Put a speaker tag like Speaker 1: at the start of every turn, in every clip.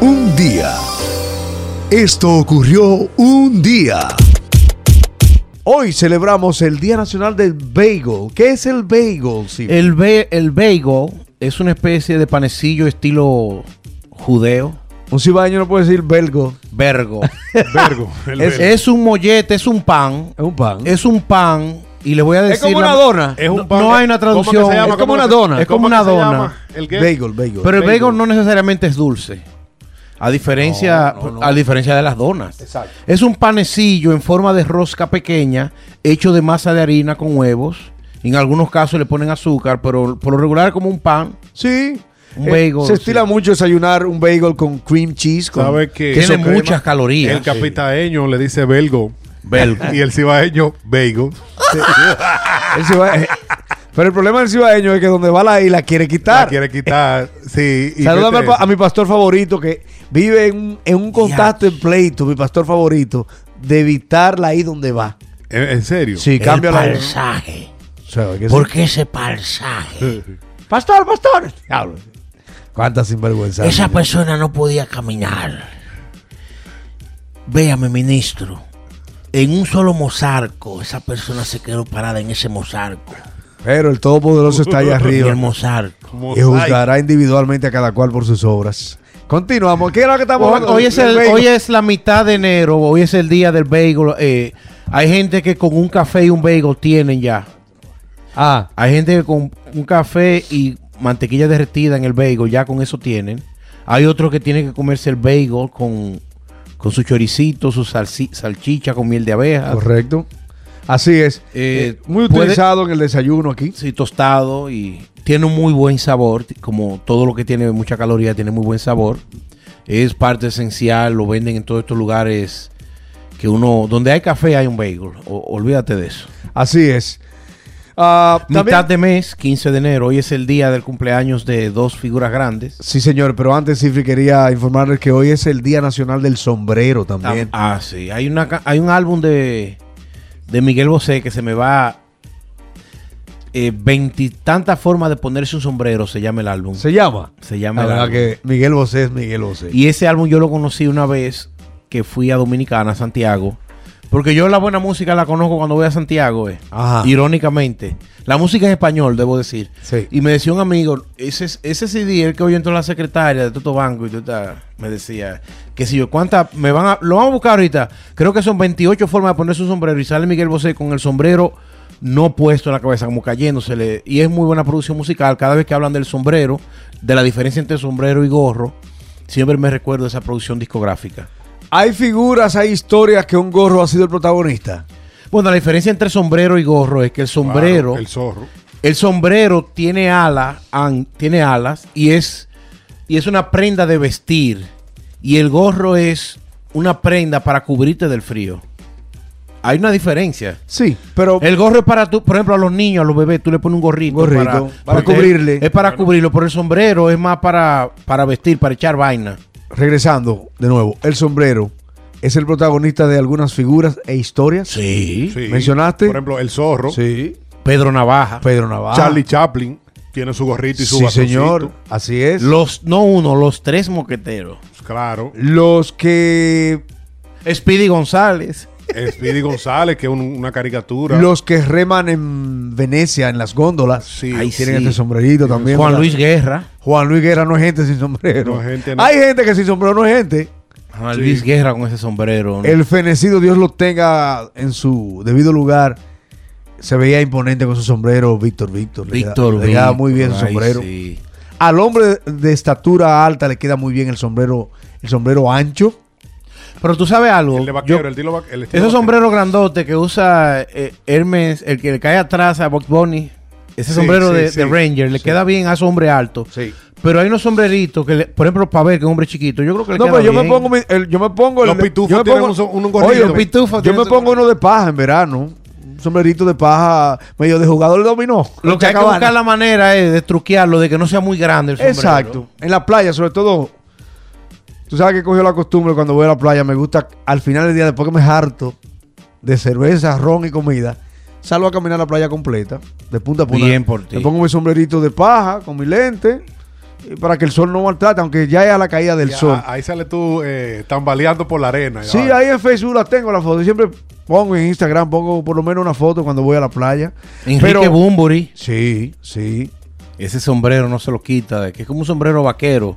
Speaker 1: Un día. Esto ocurrió un día. Hoy celebramos el Día Nacional del Bagel. ¿Qué es el bagel, Silvio?
Speaker 2: El, be- el bagel es una especie de panecillo estilo judeo,
Speaker 1: Un cibaño no puede decir belgo.
Speaker 2: vergo.
Speaker 3: Vergo. el
Speaker 2: es,
Speaker 3: vergo.
Speaker 2: es un mollete, es un pan.
Speaker 1: Es un pan.
Speaker 2: Es un pan y les voy a decir...
Speaker 1: Es como
Speaker 2: la-
Speaker 1: una dona.
Speaker 3: Es un
Speaker 2: no-
Speaker 3: pan
Speaker 2: no
Speaker 3: que-
Speaker 2: hay una
Speaker 3: ¿cómo que se
Speaker 2: traducción.
Speaker 3: llama?
Speaker 2: Es como
Speaker 3: ¿Cómo
Speaker 2: una
Speaker 3: que se-
Speaker 2: dona. Es
Speaker 3: cómo
Speaker 2: como
Speaker 3: que
Speaker 2: una
Speaker 3: se
Speaker 2: dona.
Speaker 3: llama? El que-
Speaker 1: Bagel, bagel.
Speaker 2: Pero el bagel no necesariamente es dulce. A diferencia, a diferencia de las donas.
Speaker 3: Exacto.
Speaker 2: Es un panecillo en forma de rosca pequeña, hecho de masa de harina con huevos. En algunos casos le ponen azúcar, pero por lo regular es como un pan.
Speaker 1: Sí.
Speaker 2: Un
Speaker 1: Eh,
Speaker 2: bagel,
Speaker 1: se estila
Speaker 2: sí.
Speaker 1: mucho desayunar un bagel con cream cheese. Con
Speaker 3: ¿Sabe que
Speaker 2: Tiene
Speaker 3: Queso crema.
Speaker 2: muchas calorías.
Speaker 3: El capitaeño le dice belgo.
Speaker 2: Belgo.
Speaker 3: Y el cibaeño, beigo.
Speaker 1: el ciba- eh, Pero el problema del cibaeño es que donde va la isla quiere quitar.
Speaker 3: La quiere quitar. Sí. y
Speaker 1: Saludame
Speaker 3: vete
Speaker 1: al pa-
Speaker 3: eso.
Speaker 1: a mi pastor favorito que vive en, un- en un contacto en pleito, mi pastor favorito, de evitar la I donde va.
Speaker 3: ¿En, en serio?
Speaker 1: Sí, cambia la I.
Speaker 2: palsaje.
Speaker 1: ¿Sabe qué
Speaker 2: ¿Por
Speaker 1: sí?
Speaker 2: qué ese palsaje?
Speaker 1: Pastor, pastor. Diablo. Cuánta sinvergüenza.
Speaker 2: Esa pues- persona no podía caminar. Véame, ministro. En un solo mozarco, esa persona se quedó parada en ese mozarco.
Speaker 1: Pero el Todopoderoso está allá
Speaker 2: En
Speaker 1: arriba.
Speaker 2: el mozarco.
Speaker 1: y juzgará individualmente a cada cual por sus obras. Continuamos. ¿Qué era lo que estamos
Speaker 2: Hoy,
Speaker 1: hablando?
Speaker 2: hoy es
Speaker 1: Del
Speaker 2: el-
Speaker 1: bagel.
Speaker 2: hoy es la mitad de enero, hoy es el día del bagel. eh, hay gente que con un café y un bagel tienen ya.
Speaker 1: Ah,
Speaker 2: Hay gente que con un café y mantequilla derretida en el bagel, ya con eso tienen. Hay otros que tienen que comerse el bagel con, con su choricito, su salsi- salchicha con miel de abeja,
Speaker 1: correcto. Así es.
Speaker 2: Eh,
Speaker 1: Eh, muy
Speaker 2: puede-
Speaker 1: utilizado en el desayuno aquí.
Speaker 2: sí, tostado y tiene un muy buen sabor. t- Como todo lo que tiene mucha caloría, tiene muy buen sabor. Es parte esencial, lo venden en todos estos lugares que uno, donde hay café hay un bagel. O- olvídate de eso.
Speaker 1: Así es. Ah, también-
Speaker 2: Mitad de mes, 15 de enero, hoy es el día del cumpleaños de dos figuras grandes.
Speaker 1: Sí, señor, pero antes Cifri quería informarles que hoy es el Día Nacional del Sombrero también.
Speaker 2: Ah, sí. Hay, una, ca- hay un álbum de, de Miguel Bosé que se me va eh, veintitantas formas de ponerse un sombrero, se llama el álbum.
Speaker 1: ¿Se llama?
Speaker 2: ah. Se
Speaker 1: La
Speaker 2: llama el
Speaker 1: verdad
Speaker 2: álbum.
Speaker 1: que Miguel Bosé es Miguel Bosé.
Speaker 2: Y ese álbum yo lo conocí una vez que fui a Dominicana, a Santiago. Porque yo la buena música la conozco cuando voy a Santiago, eh.
Speaker 1: Ajá.
Speaker 2: irónicamente. La música es español, debo decir.
Speaker 1: Sí.
Speaker 2: Y me decía un amigo, ese, ese CD, el que oyen toda la secretaria de Toto Banco, y tú estás- me decía, que si yo, ¿cuántas me van a, lo vamos a buscar ahorita? Creo que son 28 formas de ponerse un sombrero y sale Miguel Bosé con el sombrero no puesto en la cabeza, como cayéndosele. Y es muy buena producción musical. Cada vez que hablan del sombrero, de la diferencia entre sombrero y gorro, siempre me recuerdo esa producción discográfica.
Speaker 1: Hay figuras, hay historias que un gorro ha sido el protagonista.
Speaker 2: Bueno, la diferencia entre sombrero y gorro es que el
Speaker 3: Claro,
Speaker 2: sombrero...
Speaker 3: el zorro.
Speaker 2: El sombrero tiene alas, tiene alas y es y es una prenda de vestir y el gorro es una prenda para cubrirte del frío. Hay una diferencia.
Speaker 1: Sí, pero
Speaker 2: El gorro es para tú, por ejemplo, a los niños, a los bebés, tú le pones un gorrito,
Speaker 1: Gorrito, para
Speaker 2: porque
Speaker 1: cubrirle.
Speaker 2: Es para cubrirlo, pero el sombrero es más para, para vestir, para echar vaina.
Speaker 1: regresando de nuevo, el sombrero es el protagonista de algunas figuras e historias.
Speaker 2: Sí.
Speaker 3: Sí.
Speaker 1: ¿Mencionaste?
Speaker 3: Por ejemplo, el zorro.
Speaker 1: Sí.
Speaker 2: Pedro Navaja.
Speaker 1: Pedro Navarro.
Speaker 3: Charlie Chaplin tiene su gorrito y su
Speaker 1: Sí,
Speaker 3: bastoncito.
Speaker 1: señor. Así es.
Speaker 2: Los, no uno, los tres moqueteros.
Speaker 3: Claro.
Speaker 1: Los que
Speaker 2: Speedy González.
Speaker 3: Speedy González, que es un- una caricatura.
Speaker 1: los que reman en Venecia en las góndolas
Speaker 3: Sí.
Speaker 1: ahí
Speaker 2: Ay,
Speaker 1: tienen
Speaker 2: sí.
Speaker 1: este sombrerito también.
Speaker 2: Juan
Speaker 1: ¿verdad?
Speaker 2: Luis Guerra.
Speaker 1: Juan Luis Guerra no es gente sin sombrero.
Speaker 3: No es gente, no.
Speaker 1: Hay gente que sin sombrero no es gente.
Speaker 2: Juan
Speaker 3: Sí.
Speaker 2: Luis Guerra con ese sombrero. ¿no?
Speaker 1: El fenecido, Dios lo tenga en su debido lugar. Se veía imponente con su sombrero, Víctor Víctor. Le queda-
Speaker 2: Víctor
Speaker 1: Le queda
Speaker 2: Víctor,
Speaker 1: muy bien su
Speaker 2: ay,
Speaker 1: sombrero.
Speaker 2: sí.
Speaker 1: Al hombre de, de estatura alta le queda muy bien el sombrero, el sombrero ancho.
Speaker 2: Pero tú sabes algo.
Speaker 3: El de vaquero,
Speaker 2: yo-
Speaker 3: el estilo vaquero.
Speaker 2: esos sombreros grandotes que usa eh, Hermes, el que le cae atrás a Box Bunny. Ese
Speaker 3: Sí,
Speaker 2: sombrero
Speaker 3: sí,
Speaker 2: de,
Speaker 3: sí.
Speaker 2: de Ranger le
Speaker 3: Sí.
Speaker 2: queda bien a esos hombres altos.
Speaker 1: Sí.
Speaker 2: Pero hay unos sombreritos que, le- por ejemplo, para ver que es un hombre chiquito, yo creo que le
Speaker 1: No,
Speaker 2: queda
Speaker 1: pero yo me
Speaker 2: bien.
Speaker 1: pongo mi- el- yo me pongo
Speaker 3: Los
Speaker 1: el,
Speaker 3: pitufos
Speaker 1: yo me
Speaker 3: tienen
Speaker 1: pongo-
Speaker 3: un so- un- un
Speaker 1: Oye,
Speaker 3: gorrito.
Speaker 1: los pitufos
Speaker 2: Yo
Speaker 1: tienen Yo
Speaker 2: me
Speaker 1: me pongo
Speaker 2: sombrero.
Speaker 1: uno de paja en verano, un sombrerito de paja medio de jugador de dominó.
Speaker 2: Lo que hay que
Speaker 1: Chacabana.
Speaker 2: buscar la manera es de truquearlo, de que no sea muy grande el sombrero.
Speaker 1: Exacto. En la playa, sobre todo. Tú sabes que cogió la costumbre cuando voy a la playa. Me gusta al final del día, después que me harto de cerveza, ron y comida, salgo a caminar la playa completa, de punta a punta.
Speaker 2: Bien por ti.
Speaker 1: Me pongo mi sombrerito de paja con mi lente eh, para que el sol no maltrate, aunque ya es a la caída del
Speaker 3: Y a-
Speaker 1: sol.
Speaker 2: ah,
Speaker 3: Ahí sale tú eh, tambaleando por la arena.
Speaker 1: Sí,
Speaker 3: ya.
Speaker 1: ahí en Facebook las tengo las fotos. Siempre pongo en Instagram, pongo por lo menos una foto cuando voy a la playa.
Speaker 2: Enrique Bumburi,
Speaker 1: Sí, sí.
Speaker 2: ese sombrero no se lo quita, de que es como un sombrero vaquero.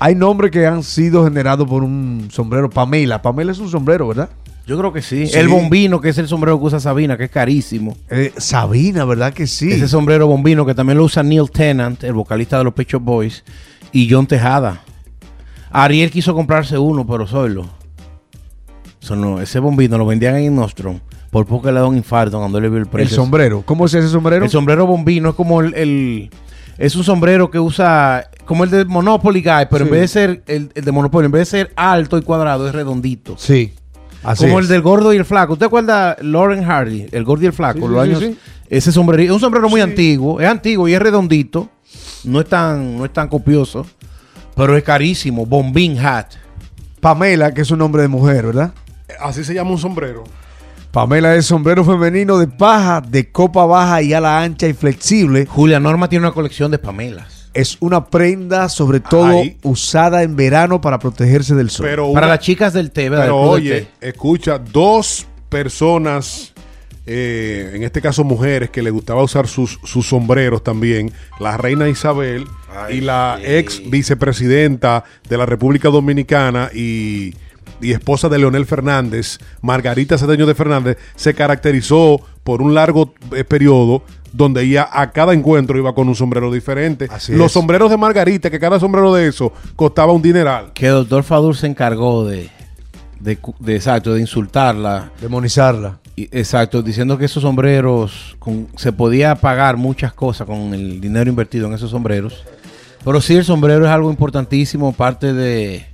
Speaker 1: Hay nombres que han sido generados por un sombrero. Pamela. Pamela es un sombrero, ¿verdad?
Speaker 2: Yo creo que sí.
Speaker 1: Sí.
Speaker 2: El bombino, que es el sombrero que usa Sabina, que es carísimo.
Speaker 1: Eh, Sabina, ¿verdad que sí?
Speaker 2: Ese sombrero bombino que también lo usa Neil Tennant, el vocalista de los Pet Shop Boys, y John Tejada. Ariel quiso comprarse uno, pero solo. Eso no, ese bombino lo vendían en Nostrum. Por poco le da un infarto cuando le vio el
Speaker 1: el
Speaker 2: precio.
Speaker 1: sombrero. ¿Cómo es ese sombrero?
Speaker 2: El sombrero bombino es como el, el- Es un sombrero que usa... Como el de Monopoly Guy, pero en
Speaker 1: Sí.
Speaker 2: vez de ser... El, el de Monopoly, en vez de ser alto y cuadrado, es redondito.
Speaker 1: sí. Así
Speaker 2: como
Speaker 1: es.
Speaker 2: el del gordo y el flaco. ¿Usted acuerda Lauren Hardy? El gordo y el flaco.
Speaker 1: Sí, sí,
Speaker 2: los
Speaker 1: sí,
Speaker 2: años,
Speaker 1: sí.
Speaker 2: Ese sombrero. Es un sombrero muy antiguo. Es antiguo y es redondito. No es tan, no es tan copioso. Pero es carísimo. Bombín hat.
Speaker 1: Pamela, que es un nombre de mujer, ¿verdad?
Speaker 3: Así se llama un sombrero.
Speaker 1: Pamela es sombrero femenino de paja, de copa baja y ala ancha y flexible.
Speaker 2: Julia Norma tiene una colección de pamelas.
Speaker 1: Es una prenda, sobre todo
Speaker 3: Ahí.
Speaker 1: usada en verano para protegerse del sol.
Speaker 3: Pero,
Speaker 2: Para
Speaker 3: una-
Speaker 2: las chicas del té, ¿verdad?
Speaker 3: pero
Speaker 2: Del club del
Speaker 3: oye,
Speaker 2: té.
Speaker 3: escucha, dos personas, eh, en este caso mujeres, que le gustaba usar sus, sus sombreros también, la reina Isabel y la ex vicepresidenta de la República Dominicana y, y esposa de Leonel Fernández, Margarita Cedeño de Fernández, se caracterizó por un largo eh, periodo donde ella a cada encuentro iba con un sombrero diferente.
Speaker 1: Así
Speaker 3: Los
Speaker 1: es.
Speaker 3: sombreros de Margarita, que cada sombrero de eso costaba un dineral.
Speaker 2: Que el doctor Fadur se encargó de... De, cu- de- exacto, de insultarla.
Speaker 1: Demonizarla.
Speaker 2: Y- Exacto, diciendo que esos sombreros con- se podía pagar muchas cosas con el dinero invertido en esos sombreros. Pero sí, el sombrero es algo importantísimo, parte de,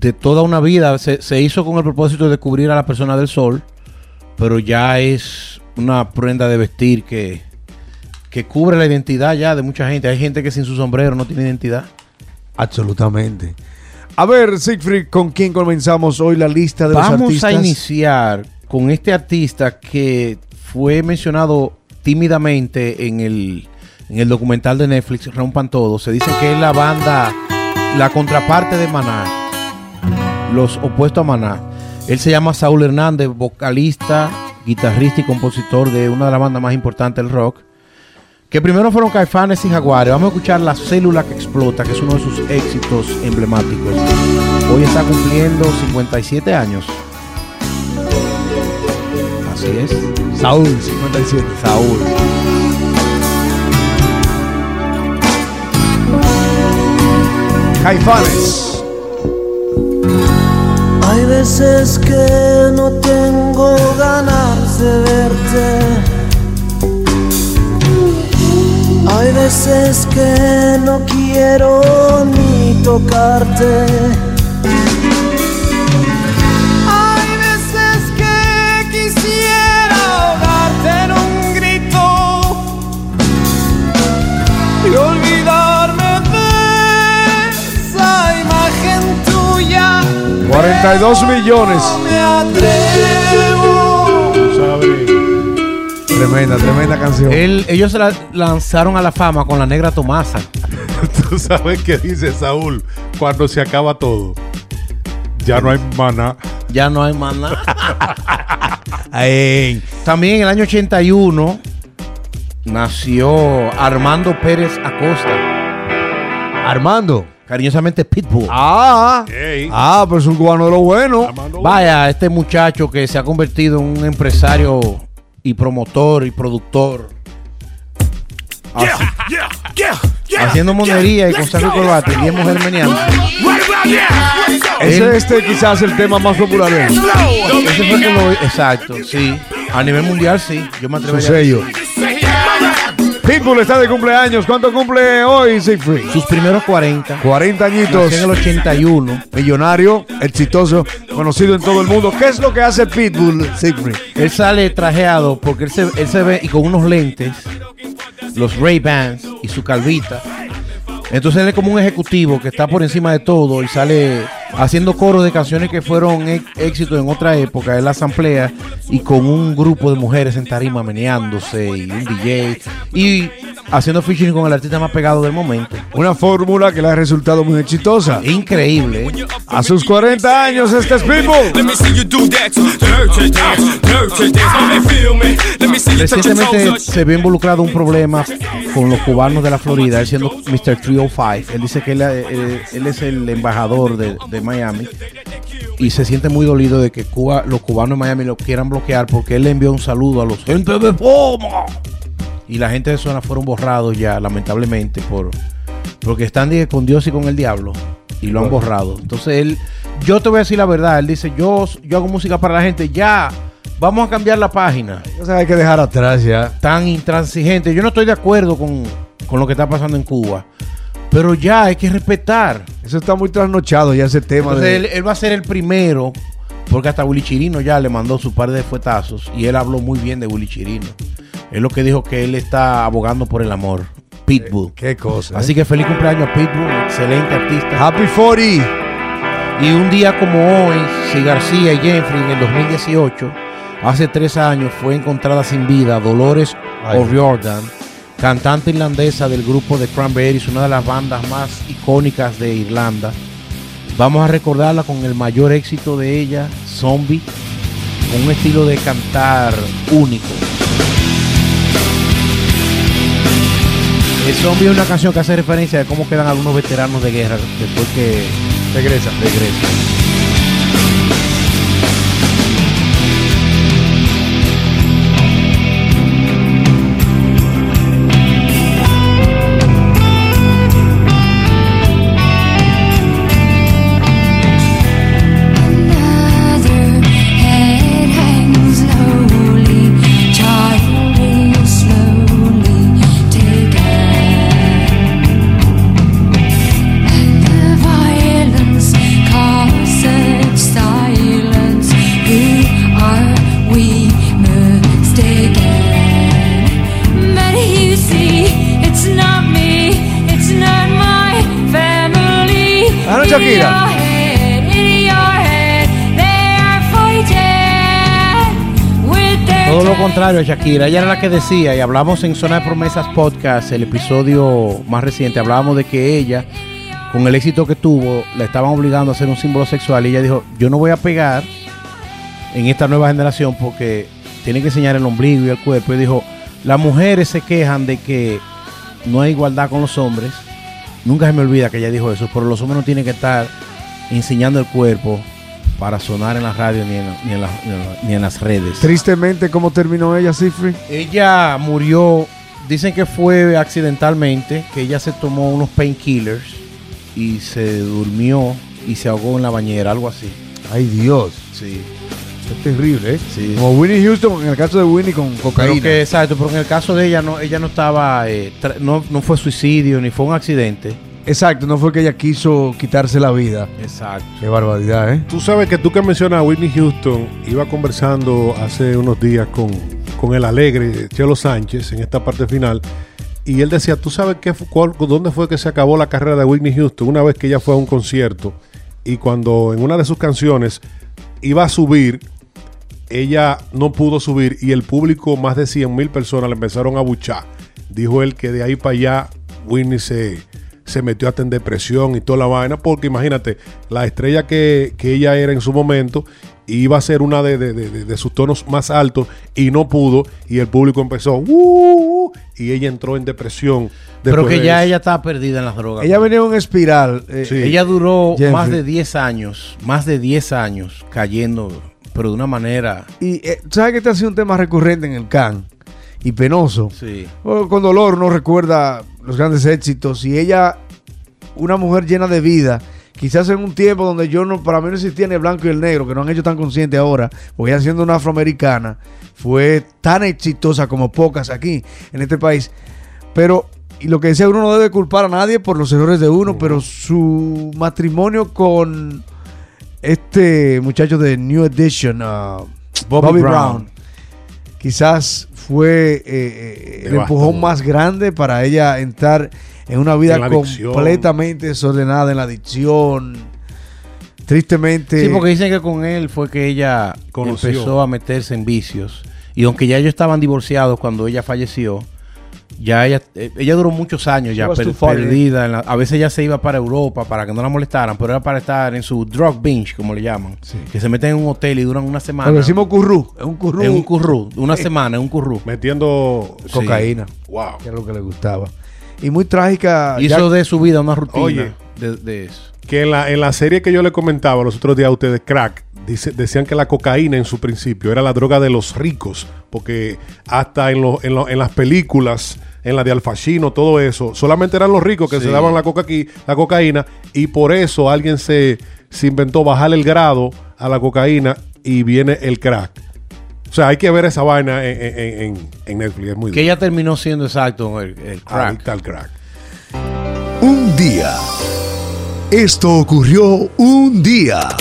Speaker 2: de toda una vida. Se, se hizo con el propósito de cubrir a la persona del sol, pero ya es una prenda de vestir que, que cubre la identidad ya de mucha gente. Hay gente que sin su sombrero no tiene identidad.
Speaker 1: Absolutamente. A ver, Siegfried, ¿con quién comenzamos hoy la lista de los
Speaker 2: Vamos
Speaker 1: artistas?
Speaker 2: a iniciar con este artista que fue mencionado tímidamente en el, en el documental de Netflix, Rompan Todo. Se dice que es la banda, la contraparte de Maná, los opuestos a Maná. Él se llama Saúl Hernández, vocalista, guitarrista y compositor de una de las bandas más importantes del rock. Que primero fueron Caifanes y Jaguares. Vamos a escuchar La Célula que Explota, que es uno de sus éxitos emblemáticos. Hoy está cumpliendo 57 años. Así es.
Speaker 1: Saúl, 57.
Speaker 2: Saúl.
Speaker 1: Caifanes.
Speaker 4: Hay veces que no tengo ganas de verte. Hay veces que no quiero ni tocarte. Hay veces que quisiera ahogarte en un grito y olvidarme de esa imagen tuya.
Speaker 1: 42 millones.
Speaker 4: Me atrevo.
Speaker 1: Tremenda, tremenda canción.
Speaker 2: Él- ellos se la lanzaron a la fama con la negra Tomasa.
Speaker 3: Tú sabes qué dice Saúl cuando se acaba todo. Ya no hay maná.
Speaker 2: Ya no hay más nada.
Speaker 1: Ay,
Speaker 2: También en el año 81 nació Armando Pérez Acosta,
Speaker 1: Armando.
Speaker 2: cariñosamente Pitbull.
Speaker 1: Ah,
Speaker 3: Ey.
Speaker 1: ah, pero es un cubano de lo bueno.
Speaker 2: Vaya, este muchacho que se ha convertido en un empresario y promotor y productor. Así- haciendo monería y con saco y corbata y bien mujer meneando.
Speaker 1: Ese
Speaker 2: Él-
Speaker 1: es este quizás el tema más popular de él.
Speaker 2: Ese fue que lo- Exacto, sí. A nivel mundial, sí. Yo me
Speaker 1: Su
Speaker 2: atrevería a
Speaker 1: sello. Pitbull está de cumpleaños. ¿Cuánto cumple hoy, Siegfried?
Speaker 2: Sus primeros 40.
Speaker 1: 40 añitos.
Speaker 2: Nació en el 81.
Speaker 1: Millonario, exitoso, conocido en todo el mundo. ¿Qué es lo que hace Pitbull, Siegfried?
Speaker 2: Él sale trajeado porque él se, él se ve y con unos lentes, los Ray-Bans y su calvita. Entonces él es como un ejecutivo que está por encima de todo y sale haciendo coros de canciones que fueron ex- éxitos en otra época, él la asamblea y con un grupo de mujeres en tarima meneándose y un DJ y haciendo featuring con el artista más pegado del momento.
Speaker 1: Una fórmula que le ha resultado muy exitosa.
Speaker 2: Increíble. ¿eh?
Speaker 1: A sus 40 años, este es Pitbull.
Speaker 5: Let me see you do that. Dirty dance, dirty dance. Mommy, feel me. Let me see you touch your
Speaker 2: Recientemente
Speaker 5: toes.
Speaker 2: se vio involucrado un problema con los cubanos de la Florida, él siendo Mr. 305. Él dice que él, él- él es el embajador de, de Miami y se siente muy dolido de que Cuba, los cubanos en Miami lo quieran bloquear porque él le envió un saludo a los gente de Foma. Y la gente de zona fueron borrados ya, lamentablemente, por porque están dije, con Dios y con el diablo y lo han borrado. Entonces él, yo te voy a decir la verdad, él dice, yo, yo hago música para la gente, ya, vamos a cambiar la página
Speaker 1: O sea, hay que dejar atrás ya.
Speaker 2: tan intransigente. Yo no estoy de acuerdo con, con lo que está pasando en Cuba, pero ya hay que respetar.
Speaker 1: Eso está muy trasnochado ya ese tema.
Speaker 2: Entonces
Speaker 1: de-
Speaker 2: él, él va a ser el primero, porque hasta Willy Chirino ya le mandó su par de fuetazos y él habló muy bien de Willy Chirino. Es lo que dijo que él está abogando por el amor. Pitbull.
Speaker 1: Qué cosa. ¿eh?
Speaker 2: Así que feliz cumpleaños a Pitbull, excelente artista.
Speaker 1: Happy 40.
Speaker 2: Y un día como hoy, si García y Jeffrey en el 2018, hace tres años, fue encontrada sin vida Dolores
Speaker 1: Ay.
Speaker 2: O'Riordan, cantante irlandesa del grupo de Cranberries, una de las bandas más icónicas de Irlanda. Vamos a recordarla con el mayor éxito de ella, Zombie, con un estilo de cantar único. El Zombie es una canción que hace referencia a cómo quedan algunos veteranos de guerra después que regresan. regresan.
Speaker 6: Silence, who are we mistaken? But you see, it's not me, it's not my family.
Speaker 1: Claro,
Speaker 6: In
Speaker 1: Shakira.
Speaker 6: your head, in your head, they are fighting with their
Speaker 2: Todo lo contrario a Shakira, ella era la que decía, y hablamos en Zona de Promesas Podcast, el episodio más reciente, hablábamos de que ella, con el éxito que tuvo, la estaban obligando a hacer un símbolo sexual y ella dijo, yo no voy a pegar en esta nueva generación porque tienen que enseñar el ombligo y el cuerpo. Y dijo, las mujeres se quejan de que no hay igualdad con los hombres. Nunca se me olvida que ella dijo eso, pero los hombres no tienen que estar enseñando el cuerpo para sonar en la radio ni en, ni en las- ni en las- ni en las redes.
Speaker 1: Tristemente, ¿cómo terminó ella, Sifri?
Speaker 2: Ella murió, dicen que fue accidentalmente, que ella se tomó unos painkillers y se durmió y se ahogó en la bañera, algo así.
Speaker 1: Ay, Dios.
Speaker 2: Sí.
Speaker 1: Es terrible, ¿eh?
Speaker 2: Sí.
Speaker 1: Como Winnie Houston, en el caso de Winnie con
Speaker 2: Pero
Speaker 1: cocaína.
Speaker 2: que, exacto, pero en el caso de ella no, ella no estaba, eh, tra- no, no fue suicidio ni fue un accidente.
Speaker 1: Exacto, no fue que ella quiso quitarse la vida.
Speaker 2: Exacto.
Speaker 1: Qué barbaridad, ¿eh?
Speaker 3: Tú sabes que tú que mencionas a Whitney Houston, iba conversando hace unos días con, con el alegre Chelo Sánchez en esta parte final. Y él decía, ¿tú sabes qué, fu- cuál- dónde fue que se acabó la carrera de Whitney Houston? Una vez que ella fue a un concierto y cuando en una de sus canciones iba a subir, ella no pudo subir y el público, más de 100 mil personas, le empezaron a buchar. Dijo él que de ahí para allá Whitney se, se metió hasta en depresión y toda la vaina, porque imagínate, la estrella que, que ella era en su momento iba a ser una de, de- de- de- de sus tonos más altos y no pudo y el público empezó "Uh", y ella entró en depresión.
Speaker 2: Pero
Speaker 3: después
Speaker 2: que
Speaker 3: de
Speaker 2: ya
Speaker 3: eso.
Speaker 2: ella estaba perdida en las drogas.
Speaker 1: Ella venía en una espiral. eh,
Speaker 3: Sí.
Speaker 2: Ella duró
Speaker 1: Jeffrey.
Speaker 2: más de 10 años, más de 10 años cayendo, pero de una manera...
Speaker 1: Y eh, tú sabes que este ha sido un tema recurrente en el CAN y penoso.
Speaker 2: Sí.
Speaker 1: O Con dolor no recuerda los grandes éxitos. Y ella, una mujer llena de vida, quizás en un tiempo donde yo no, para mí no existía ni el blanco y el negro, que no han hecho tan consciente ahora, porque ella siendo una afroamericana, fue tan exitosa como pocas aquí, en este país. Pero, y lo que decía, uno no debe culpar a nadie por los errores de uno, pero su matrimonio con este muchacho de New Edition, ah, Bobby, Brown.
Speaker 2: Brown.
Speaker 1: quizás fue eh, eh, el
Speaker 3: Devastador.
Speaker 1: empujón más grande para ella entrar en una vida
Speaker 3: En la adicción.
Speaker 1: completamente desordenada en la adicción. Tristemente.
Speaker 2: Sí, porque dicen que con él fue que ella
Speaker 3: Conoció.
Speaker 2: empezó a meterse en vicios. Y aunque ya ellos estaban divorciados cuando ella falleció, ya ella, eh, ella duró muchos años ya
Speaker 1: She was
Speaker 2: per-
Speaker 1: too far,
Speaker 2: perdida. en la- a veces ella se iba para Europa para que no la molestaran, pero era para estar en su drug binge, como le llaman. Que se meten en un hotel y duran una semana.
Speaker 1: Cuando decimos currú, es un currú.
Speaker 2: en un currú, una semana, en un currú.
Speaker 3: Metiendo.
Speaker 1: cocaína,
Speaker 3: Wow.
Speaker 1: que era lo que le gustaba. Y muy trágica. ya-
Speaker 2: Hizo de su vida una rutina
Speaker 3: Oye.
Speaker 2: de, de eso.
Speaker 3: Que en la, en la serie que yo le comentaba los otros días a ustedes, crack, dice- decían que la cocaína en su principio era la droga de los ricos, porque hasta en, los- en, lo- en las películas, en la de Al Pacino, todo eso, solamente eran los ricos que se daban la, coca aquí, la cocaína y por eso alguien se, se inventó bajar el grado a la cocaína y viene el crack. O sea, hay que ver esa vaina en, en- en- en Netflix, es muy
Speaker 2: Que ella terminó siendo exacto el, el crack.
Speaker 3: Adicta al crack.
Speaker 7: Un día. Esto ocurrió un día.